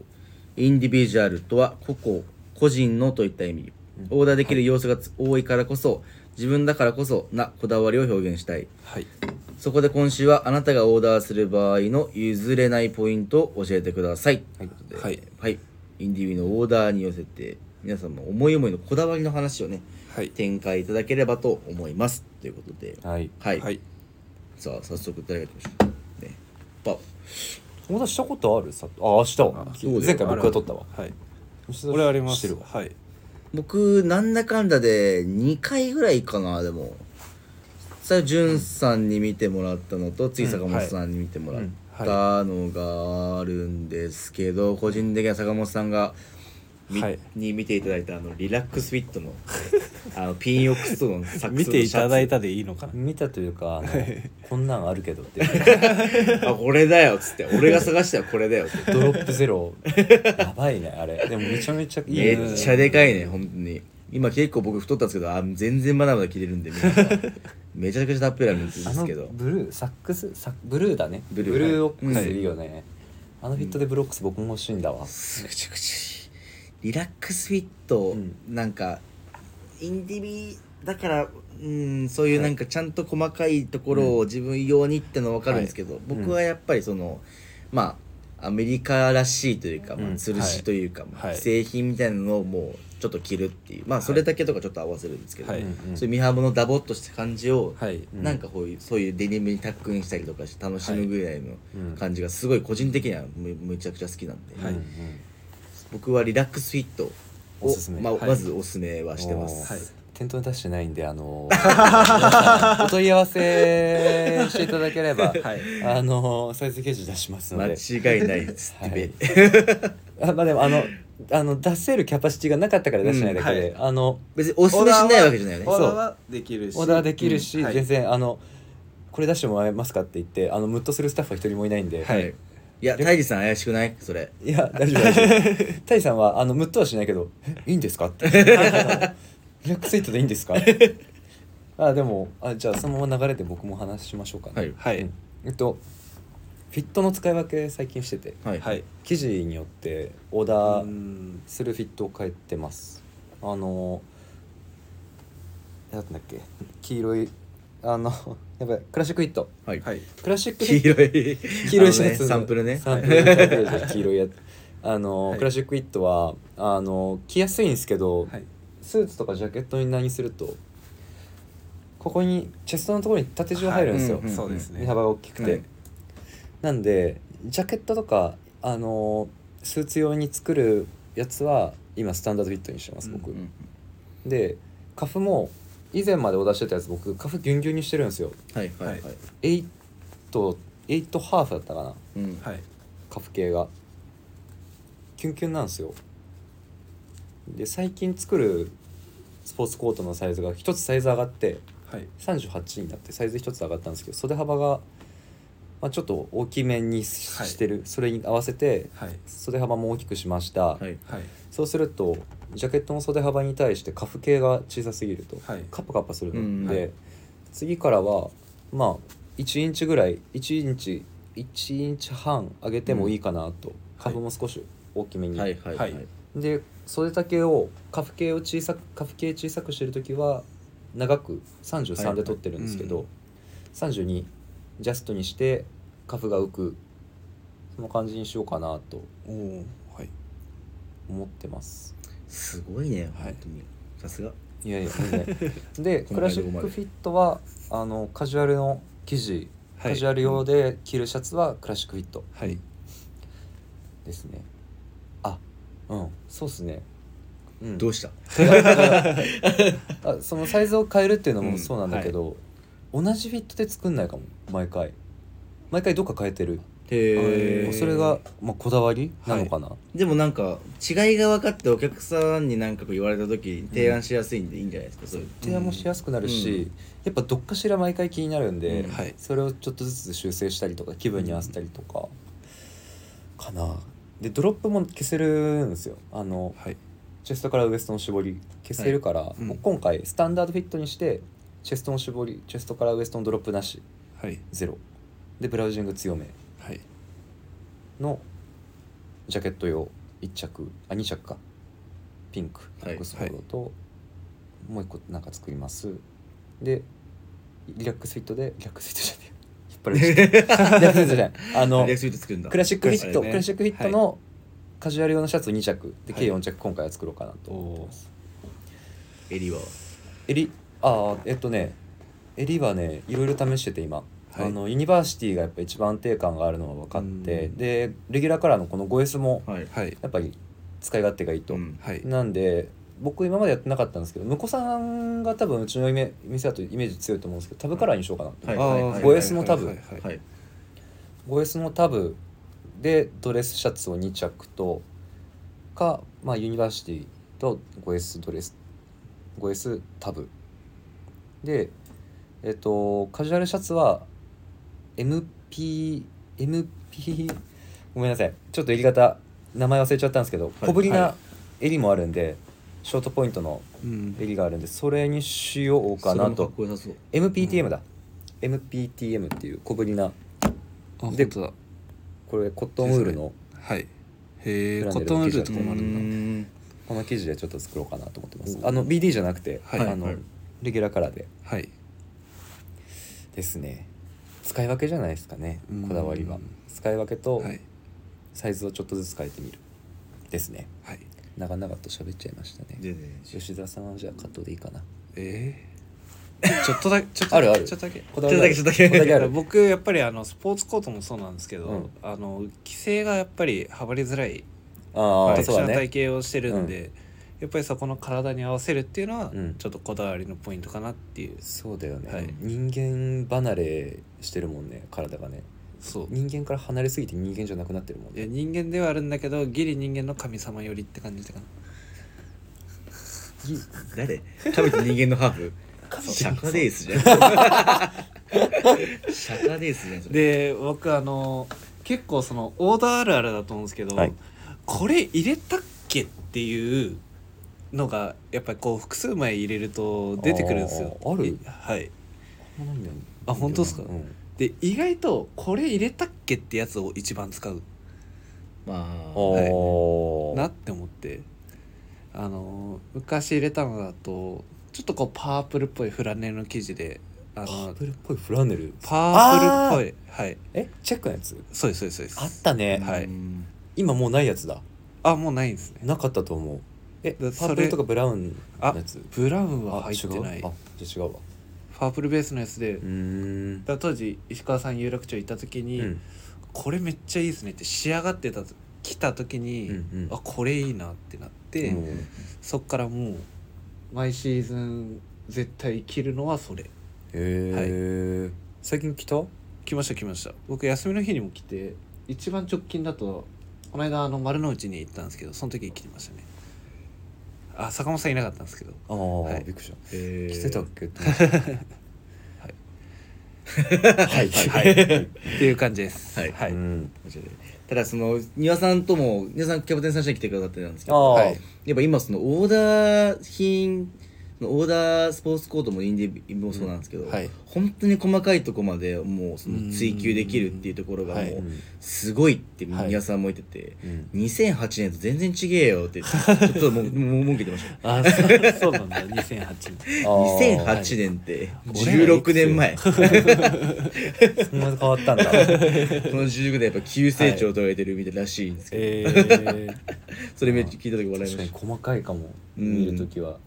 Speaker 1: インディビジュアルとは個々個人のといった意味オーダーできる要素がつ多いからこそ自分だからこそなこだわりを表現したい
Speaker 2: はい
Speaker 1: そこで今週はあなたがオーダーする場合の譲れないポイントを教えてください。はい。
Speaker 2: はい
Speaker 1: はい、インディウィのオーダーに寄せて皆さんも思い思いのこだわりの話をね、
Speaker 2: はい
Speaker 1: 展開いただければと思います。ということで、
Speaker 3: はい
Speaker 1: はい。
Speaker 2: はい
Speaker 1: さあ、早速誰が行きましょう。ね。ば、
Speaker 3: 友達したことあるさああしたわ
Speaker 1: そうだよ
Speaker 3: 前回僕が撮ったわ
Speaker 2: はい俺あります
Speaker 3: してるわ
Speaker 2: はい
Speaker 1: 僕、なんだかんだで2回ぐらいかな、でも。さあ、じゅんさんに見てもらったのと、次坂本さんに見てもらったのがあるんですけど、個人的には坂本さんが、み
Speaker 2: はい
Speaker 1: に見ていただいたあのリラックスフィッ
Speaker 2: (laughs)
Speaker 1: トのあのピンオックスとのサックスの
Speaker 2: 見ていただい
Speaker 1: た
Speaker 2: たでいいのかな
Speaker 3: 見たというかあのこんなんあるけどって
Speaker 1: あこれだよっつって俺が探したらこれだよって
Speaker 3: ドロップゼロやばいねあれでもめちゃめちゃいい
Speaker 1: めっちゃでかいね本当に今結構僕太ったんですけどあ全然まだまだ着れるんで皆さん
Speaker 2: (laughs)
Speaker 1: めちゃくちゃたっぷりあるんです
Speaker 3: あの
Speaker 1: けど
Speaker 3: ブルーサックスサッブルーだね
Speaker 1: ブ
Speaker 3: ブ
Speaker 1: ル
Speaker 3: ル
Speaker 1: ー
Speaker 3: ー
Speaker 1: はい
Speaker 3: オックスいいよね、あのフィットでブロックス僕も欲しいんだわ、
Speaker 1: すぐちくちリラックスフィット、
Speaker 3: うん
Speaker 1: なんかインディビだからうんそういうなんかちゃんと細かいところを自分用にってのは分かるんですけど、僕はやっぱりそのまあアメリカらしいというか、まあ、
Speaker 3: うん
Speaker 1: 吊る
Speaker 2: は
Speaker 1: し
Speaker 2: い
Speaker 1: というか、まあ
Speaker 2: はい
Speaker 1: 製品みたいなのをもうちょっと着るっていうまあそれだけとかちょっと合わせるんですけど、
Speaker 2: はい
Speaker 3: うんうん
Speaker 1: そういう身幅のダボっとした感じを、
Speaker 2: はい
Speaker 3: うん
Speaker 1: なんかこういうそういうデニムにタックインしたりとかして楽しむぐらいの
Speaker 3: うん
Speaker 1: 感じがすごい個人的にはむむちゃくちゃ好きなんで、
Speaker 2: はい
Speaker 3: うんうん
Speaker 1: 僕はリラックスフィットを
Speaker 3: おすすめ
Speaker 1: まあ
Speaker 2: はい
Speaker 1: まずおすすめはしてます、
Speaker 3: もう
Speaker 2: はい
Speaker 3: 店頭に出してないんであの皆さんお問い合わせしていただけれ
Speaker 1: (laughs)
Speaker 3: ば、
Speaker 2: はい
Speaker 3: あのサイズ形状出しますので
Speaker 1: 間違いないですってべ、
Speaker 3: はいあまあでもあのあの出せるキャパシティがなかったから出してないだけで、
Speaker 2: うん
Speaker 3: あの
Speaker 1: 別におすすめしないわけじゃないよね
Speaker 2: オーダーはできるし
Speaker 3: オーダーできるし、
Speaker 2: うんはい
Speaker 3: 全然あのこれ出してもらえますかって言ってあのムッとするスタッフは一人もいないんで、
Speaker 1: はいいや泰治さん怪しくないそれ
Speaker 3: いや大丈夫大丈
Speaker 2: (laughs)
Speaker 3: 夫タイさんはあのムッとはしないけど「えいいんですか?」って「リラックスイートでいいんですか?」あでもあじゃあそのまま流れで僕も話しましょうかね、
Speaker 1: はい
Speaker 2: はい
Speaker 3: うんえっとフィットの使い分け最近してて、
Speaker 1: はい
Speaker 2: はい
Speaker 3: 生地によってオー
Speaker 2: う
Speaker 3: ダー
Speaker 2: ん
Speaker 3: するフィットを変えてますあのなんだっけ黄色いあの (laughs) やばいクラシックフィット
Speaker 1: はい、
Speaker 2: はい
Speaker 3: クラシックフィ
Speaker 1: 黄
Speaker 3: ット
Speaker 1: 色い
Speaker 3: 黄色いシ
Speaker 1: あの
Speaker 3: ャ
Speaker 1: ね
Speaker 3: ツ
Speaker 1: サンプルね
Speaker 3: サンプルサンプルで黄色いやつあの、
Speaker 2: はい
Speaker 3: クラシックイットはあの着やすいんですけど、
Speaker 2: はい
Speaker 3: スーツとかジャケットに何するとここにチェストのところに縦地が入るんですよ、
Speaker 1: はいうん
Speaker 2: そうですね
Speaker 3: 身幅が大きくて、
Speaker 1: はい
Speaker 3: なんでジャケットとかあのスーツ用に作るやつは今スタンダードフィットにしてます僕、
Speaker 1: うん
Speaker 3: でカフも以前までお出ししてたやつ僕カフギュンギュンにしてるんですよ
Speaker 1: はいはいはい、
Speaker 2: は
Speaker 3: 8 8ハーフだったかな
Speaker 1: うん
Speaker 2: はい
Speaker 3: カフ系がキュンキュンなんですよで最近作るスポーツコートのサイズが1つサイズ上がって
Speaker 2: はい
Speaker 3: 38になってサイズ1つ上がったんですけど袖幅が、まあ、ちょっと大きめにし
Speaker 2: はい
Speaker 3: してる、それに合わせて
Speaker 2: はい
Speaker 3: 袖幅も大きくしました、
Speaker 1: はい
Speaker 2: はい
Speaker 3: そうするとジャケットの袖幅に対してカフ系が小さすぎると、
Speaker 2: はい
Speaker 3: カッパカッパするので、
Speaker 1: うん
Speaker 2: はい
Speaker 3: 次からはまあ1インチぐらい1インチ1インチ半上げてもいいかなと、カフも少し大きめに、
Speaker 1: はいはいは
Speaker 2: はいい
Speaker 3: で袖丈をカフ系を小さくカフ系小さくしてる時は長く
Speaker 1: はいはい
Speaker 3: 33で取ってるんですけど、
Speaker 2: うん
Speaker 3: 32ジャストにしてカフが浮くその感じにしようかなと
Speaker 2: おおはい
Speaker 3: 思ってます。
Speaker 1: すごいね
Speaker 2: はい
Speaker 1: 本当にさすが
Speaker 3: いやいや全然 (laughs) で
Speaker 1: こ
Speaker 3: ク
Speaker 1: んな
Speaker 3: ラ
Speaker 1: に
Speaker 3: シッ
Speaker 1: ここまで
Speaker 3: クフィットはあのカジュアルの生地、
Speaker 2: はい
Speaker 3: カジュアル用で着るシャツはクラシックフィット
Speaker 2: はい
Speaker 3: ですねあうんそうっすねうん
Speaker 1: どうした
Speaker 3: あそのサイズを変えるっていうのもそうなんだけど、同じフィットで作んないかも毎回毎回どっか変えてる、
Speaker 2: へー
Speaker 3: それが、まあ、こだわりなのかな、
Speaker 1: でもなんか違いが分かってお客さんに何かこう言われた時に提案しやすいんでいいんじゃないですか、そういう
Speaker 3: 提案もしやすくなるし、
Speaker 1: うん
Speaker 3: やっぱどっかしら毎回気になるんで、
Speaker 1: うん
Speaker 2: はい
Speaker 3: それをちょっとずつ修正したりとか気分に合わせたりとか、かなでドロップも消せるんですよあの
Speaker 2: はい
Speaker 3: チェストからウエストの絞り消せるから、
Speaker 2: うん
Speaker 3: もう今回スタンダードフィットにしてチェストの絞りチェストからウエストのドロップなし
Speaker 2: はい
Speaker 3: ゼロでブラウジング強め
Speaker 2: はい
Speaker 3: のジャケット用1着あ2着かピンク
Speaker 1: はい
Speaker 3: ックスフォードと、もう1個なんか作りますでリラックスフィットでリラックスフィットじゃねえ (laughs) 引っ張られちゃったリラックスフィットじゃないあの
Speaker 1: リアクション作るんだ
Speaker 3: クラシックフィッ
Speaker 2: ク
Speaker 3: ト、クラ
Speaker 2: ラ
Speaker 3: シ
Speaker 2: シ
Speaker 3: ッ
Speaker 2: ック
Speaker 3: クフ
Speaker 2: ね
Speaker 3: ィットのカジュアル用のシャツを2着で計
Speaker 2: は
Speaker 3: 4
Speaker 2: い
Speaker 3: 着今回は作ろうかなと思ってます、
Speaker 1: 襟は
Speaker 3: 襟ああえっとね襟はねいろいろ試してて今、
Speaker 2: はい
Speaker 3: あのユニバーシティがやっぱ一番安定感があるのは分かって
Speaker 2: うん
Speaker 3: でレギュラーカラーのこの 5S も
Speaker 1: はい
Speaker 2: はい
Speaker 3: やっぱり使い勝手がいいと、
Speaker 1: うん
Speaker 2: はい
Speaker 3: なんで僕今までやってなかったんですけど婿さんが多分うちのイメ店だとイメージ強いと思うんですけどタブカラーにしようかなと、
Speaker 1: はい
Speaker 2: あー
Speaker 1: はい
Speaker 3: 5S のタブ
Speaker 2: はいはい
Speaker 1: はい
Speaker 3: 5S のタブでドレスシャツを2着とか、まあ、ユニバーシティと 5S ドレス 5S タブでえっとカジュアルシャツは MPMP (laughs) ごめんなさいちょっと襟型名前忘れちゃったんですけど
Speaker 1: い
Speaker 3: 小ぶり
Speaker 2: は
Speaker 3: な襟もあるんで、ショートポイントの
Speaker 2: うん
Speaker 3: 襟があるんでそれにしようか
Speaker 1: それ
Speaker 3: な
Speaker 1: もかっ
Speaker 3: と
Speaker 1: こよさそう
Speaker 3: MPTM だ、MPTM っていう小ぶりな
Speaker 2: あ
Speaker 3: で
Speaker 2: 本当だ
Speaker 3: これコットンウールの
Speaker 2: はいへえ
Speaker 3: ブラン
Speaker 2: コッ
Speaker 3: デル
Speaker 2: トンウール
Speaker 3: ち
Speaker 2: と
Speaker 3: ょ
Speaker 2: か
Speaker 3: っ
Speaker 2: もあるんだ
Speaker 1: ん
Speaker 3: この生地でちょっと作ろうかなと思ってます
Speaker 2: お
Speaker 3: あの BD じゃなくて、
Speaker 2: はい
Speaker 3: あの、
Speaker 1: はい
Speaker 3: レギュラーカラーで
Speaker 2: はい
Speaker 3: ですね使い分けじゃないですかね
Speaker 2: うん
Speaker 3: こだわりは使い分けと
Speaker 2: はい
Speaker 3: サイズをちょっとずつ変えてみるですね
Speaker 2: はい
Speaker 3: 長々と喋っちゃいましたね
Speaker 1: でね
Speaker 3: 吉田さんはじゃあカットでいいかな
Speaker 2: えーちょっとだけちょっとだけ
Speaker 3: あるある
Speaker 2: ちょっとだけ
Speaker 3: こだわりある
Speaker 1: ちょっとだけちょっ
Speaker 3: こと
Speaker 1: だけ
Speaker 3: だけある
Speaker 2: 僕やっぱりあのスポーツコートもそうなんですけど、
Speaker 3: うん
Speaker 2: あの規制がやっぱりはまりづらい
Speaker 3: ああ
Speaker 2: 特
Speaker 3: そう
Speaker 2: 殊
Speaker 3: だ
Speaker 2: な体
Speaker 3: ね
Speaker 2: 型をしてるんで、やっぱりそこの体に合わせるっていうのは、
Speaker 3: うん
Speaker 2: ちょっとこだわりのポイントかなっていう
Speaker 3: そうだよね、
Speaker 2: はい
Speaker 3: 人間離れしてるもんね体がね
Speaker 2: そう
Speaker 3: 人間から離れすぎて人間じゃなくなってるもん
Speaker 2: い
Speaker 3: ね
Speaker 2: や人間ではあるんだけどギリ人間の神様寄りって感じかな
Speaker 1: 誰神と人間のハーフシャカデイスじ
Speaker 3: (laughs)
Speaker 1: ゃんシャカデイスじゃんそれ
Speaker 2: で僕あの結構そのオーダーあるあるだと思うんですけど、
Speaker 3: はい
Speaker 2: これ入れたっけっていうのがやっぱりこう複数枚入れると出てくるんですよ
Speaker 3: あーある
Speaker 2: いはい
Speaker 3: あんまないんだよね
Speaker 2: あ本当っすか
Speaker 3: うん
Speaker 2: で意外とこれ入れたっけってやつを一番使う
Speaker 1: まあ
Speaker 3: おお、
Speaker 2: なって思ってあの昔入れたのだとちょっとこうパープルっぽいフラネルの生地であ
Speaker 3: パー
Speaker 2: の
Speaker 3: プルっぽいフラネル
Speaker 2: パープルっぽいはい
Speaker 3: えチェックのやつ
Speaker 2: そうですそうですそうです
Speaker 3: あったね、
Speaker 2: はい
Speaker 1: うん
Speaker 3: 今もうないやつだ
Speaker 2: あもうないんですね
Speaker 3: なかったと思うえパ
Speaker 2: だ
Speaker 3: ー
Speaker 2: そ
Speaker 3: プル
Speaker 2: れ
Speaker 3: とかブラウン
Speaker 2: あ
Speaker 3: のやつ
Speaker 2: ブラウン
Speaker 3: あ
Speaker 2: は入ってない
Speaker 3: 違うあじゃあ違うわ
Speaker 2: パープルベースのやつで、
Speaker 3: うーん
Speaker 2: だから当時石川さん有楽町行った時
Speaker 3: う
Speaker 2: に、
Speaker 3: んうん
Speaker 2: これめっちゃいいですねって仕上がってた来た時に、
Speaker 3: うん
Speaker 2: あこれいいなってなって、
Speaker 3: うん
Speaker 2: そっからもう毎シーズン絶対着るのはそれ
Speaker 3: へえ最近来た
Speaker 2: 来ました来ました僕休みの日にも来て一番直近だとこの間あの丸の内に行ったんですけどその時に着てましたねあ坂本さんいなかったんですけど
Speaker 3: ああ、
Speaker 2: はい
Speaker 3: びっくりし
Speaker 1: えー
Speaker 3: た来てたっけって思って
Speaker 2: (laughs)
Speaker 3: はいはいはい
Speaker 2: っていう感じです
Speaker 1: はい
Speaker 2: はい、
Speaker 3: うん
Speaker 1: ただその庭さんとも庭さんキャプテンさんに来てくださってたんですけ
Speaker 3: あ
Speaker 1: ど
Speaker 3: あ、
Speaker 2: はい
Speaker 1: やっぱ今そのオーダー品そのオーダースポーツコートもインディもそうなんですけど、
Speaker 2: はい
Speaker 1: 本当に細かいとこまでもうその追求できるっていうところがも
Speaker 2: うんはいう
Speaker 3: うん
Speaker 1: すごいって
Speaker 2: はい
Speaker 1: 皆さんも言ってて、
Speaker 3: うん
Speaker 1: 2008年と全然違えよってちょっともうもう文句言ってました
Speaker 2: あそうそうなんだ2008年
Speaker 3: あー
Speaker 1: 2008年って
Speaker 2: 俺らい
Speaker 1: 16
Speaker 2: くつ
Speaker 1: 年前この
Speaker 3: そんな変わった
Speaker 2: (laughs)
Speaker 3: んだ
Speaker 1: 16年やっぱ急成長と言われてるみたいらしいんですけど、
Speaker 2: (laughs) えー、
Speaker 1: それめっちゃ聞いた時笑いま
Speaker 3: 確
Speaker 1: した
Speaker 3: かに細かいかも
Speaker 1: うん
Speaker 3: 見るときは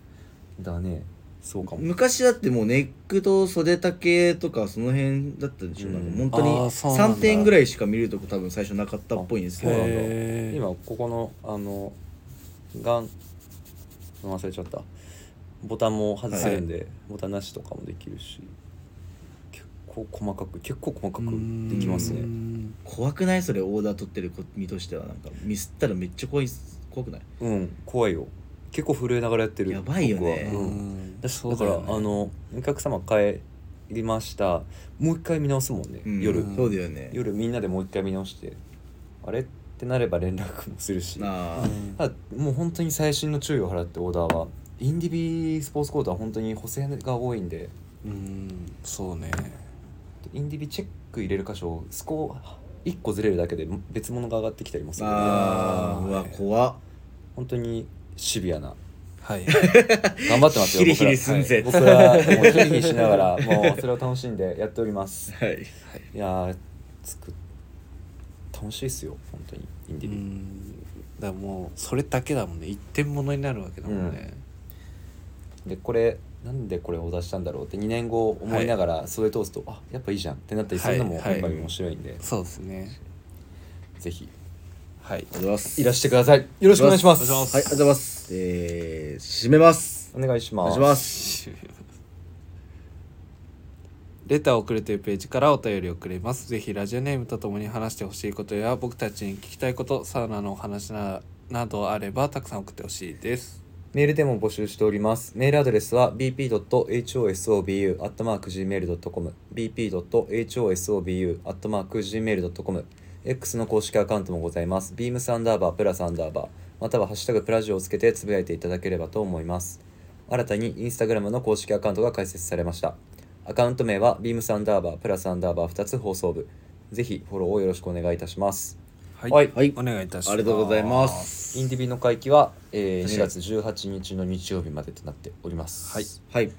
Speaker 3: だねそうかも
Speaker 1: 昔だってもうネックと袖丈とかその辺だったんでしょ、
Speaker 3: うん
Speaker 1: なんか本当に
Speaker 2: あーそうなんだ
Speaker 1: 3点ぐらいしか見るとこ多分最初なかったっぽいんですけど
Speaker 3: そうなんだ
Speaker 2: へー
Speaker 3: 今ここのあのガン忘れちゃったボタンも外せるんで、ボタンなしとかもできるし結構細かく結構細かくできますね
Speaker 2: ね
Speaker 1: 怖くないそれオーダー取ってる身としてはなんかミスったらめっちゃ怖いっす怖くない
Speaker 3: うん怖いよ結構震えながらやってる
Speaker 1: やばいよね
Speaker 3: 僕はうんだ
Speaker 1: うだ
Speaker 3: か
Speaker 1: よ
Speaker 3: ら、
Speaker 1: ね
Speaker 3: あのお客様帰りましたもう一回見直すもんね、
Speaker 1: うん
Speaker 3: 夜
Speaker 1: そうだよね
Speaker 3: 夜みんなでもう一回見直してあれってなれば連絡もするし
Speaker 1: ああ
Speaker 3: ただもう本当に細心の注意を払ってオーダーはインディビースポーツコートは本当に補正が多いんで
Speaker 2: うんそうね
Speaker 3: インディビーチェック入れる箇所をスコ1個ずれるだけで別物が上がってきたりもするんで
Speaker 1: あーうわ怖っ
Speaker 3: 本当にシビアな
Speaker 2: はい
Speaker 3: 頑張ってます
Speaker 1: ヒ
Speaker 3: よ
Speaker 1: リヒリすんぜ
Speaker 3: 僕ら,、はい、僕らもうヒリヒリしなが
Speaker 1: (laughs)
Speaker 3: らもうそれを楽しんでやっております
Speaker 1: はい
Speaker 3: いやー作っ楽しいですよ本当にイン
Speaker 2: う
Speaker 3: ディビー、
Speaker 2: んだからもうそれだけだもんね一点物になるわけだもんね、
Speaker 3: でこれなんでこれを出したんだろうって2年後思いながらそれ通すと、あやっぱいいじゃんってなったりするのも
Speaker 2: はい
Speaker 3: やっぱり面白いんで、
Speaker 2: そうですね
Speaker 3: ぜひ
Speaker 2: は
Speaker 1: あ
Speaker 2: い
Speaker 1: りがとうございます
Speaker 3: いらしてくださいよろしくお願いします
Speaker 1: はいありがとうございますえー締めます
Speaker 3: お願いし
Speaker 1: お
Speaker 3: ま
Speaker 1: 願い
Speaker 3: す
Speaker 1: します
Speaker 2: レターを送るというページからお便りをくれます。ぜひラジオネームとともに話してほしいことや僕たちに聞きたいこと、サウナのお話ななどあればたくさん送ってほしいです。
Speaker 3: メールでも募集しております。メールアドレスは bp.hosobu.gmail.com bp.hosobu.gmail.com X の公式アカウントもございます。beams アンダーバープラスアンダーバーまたはハッシュタグプラジオをつけてつぶやいていただければと思います。新たにインスタグラムの公式アカウントが開設されました。アカウント名は beams アンダーバープラスアンダーバー2つ放送部。ぜひフォローをよろしくお願いいたします。
Speaker 2: はい
Speaker 1: はい
Speaker 2: お願いいたします。
Speaker 1: ありがとうございます
Speaker 3: インディビの会期は、えー
Speaker 1: 確
Speaker 3: 2
Speaker 1: かに
Speaker 3: 月18日の日曜日までとなっております。
Speaker 2: はい
Speaker 1: はい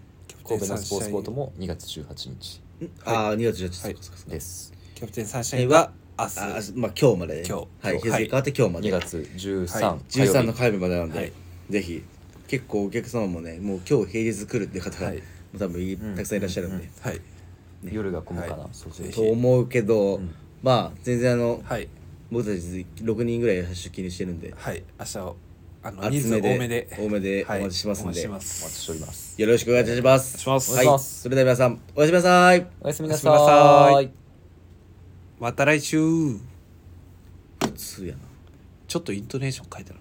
Speaker 3: 神戸のスポーツコートも2月18日
Speaker 1: ああ2月18
Speaker 2: はい
Speaker 1: 日そうかそうか
Speaker 3: です。
Speaker 2: キャプテンサンシャインが明
Speaker 1: あ
Speaker 2: 日、
Speaker 1: ーまあ今日までね
Speaker 2: 今日
Speaker 1: はい日付変わって今日ま
Speaker 3: 2
Speaker 1: で
Speaker 3: 月13、
Speaker 2: はい
Speaker 3: 火曜日
Speaker 1: 13の火曜日までなんで、
Speaker 2: はい
Speaker 1: ぜひ結構お客様もねもう今日平日来るって方が、
Speaker 2: はい
Speaker 1: 多分いたくさんいらっしゃるんで、
Speaker 2: はい
Speaker 3: 夜が混むかな、
Speaker 2: はい
Speaker 3: そうそう
Speaker 1: と思うけど、
Speaker 3: うん
Speaker 1: まあ全然あの、
Speaker 2: はい
Speaker 1: 僕たち6人ぐらい出勤にしてるんで
Speaker 2: はい明日をあの人
Speaker 1: 厚
Speaker 2: 数
Speaker 1: め
Speaker 2: 多
Speaker 1: で
Speaker 2: めで
Speaker 1: 多めでお
Speaker 2: はい
Speaker 1: 待ちしますんで
Speaker 2: お待ちし
Speaker 3: お待ちしております
Speaker 1: よろしくお願いいたします
Speaker 2: お願いします
Speaker 1: は
Speaker 3: お願いし
Speaker 1: い、
Speaker 3: ます
Speaker 1: それでは皆さんおやすみなさい
Speaker 3: おやすみな
Speaker 2: おやすみな
Speaker 3: さ
Speaker 2: さ
Speaker 3: い
Speaker 2: いまた来週
Speaker 1: 普通やな
Speaker 2: ちょっとイントネーション変えたら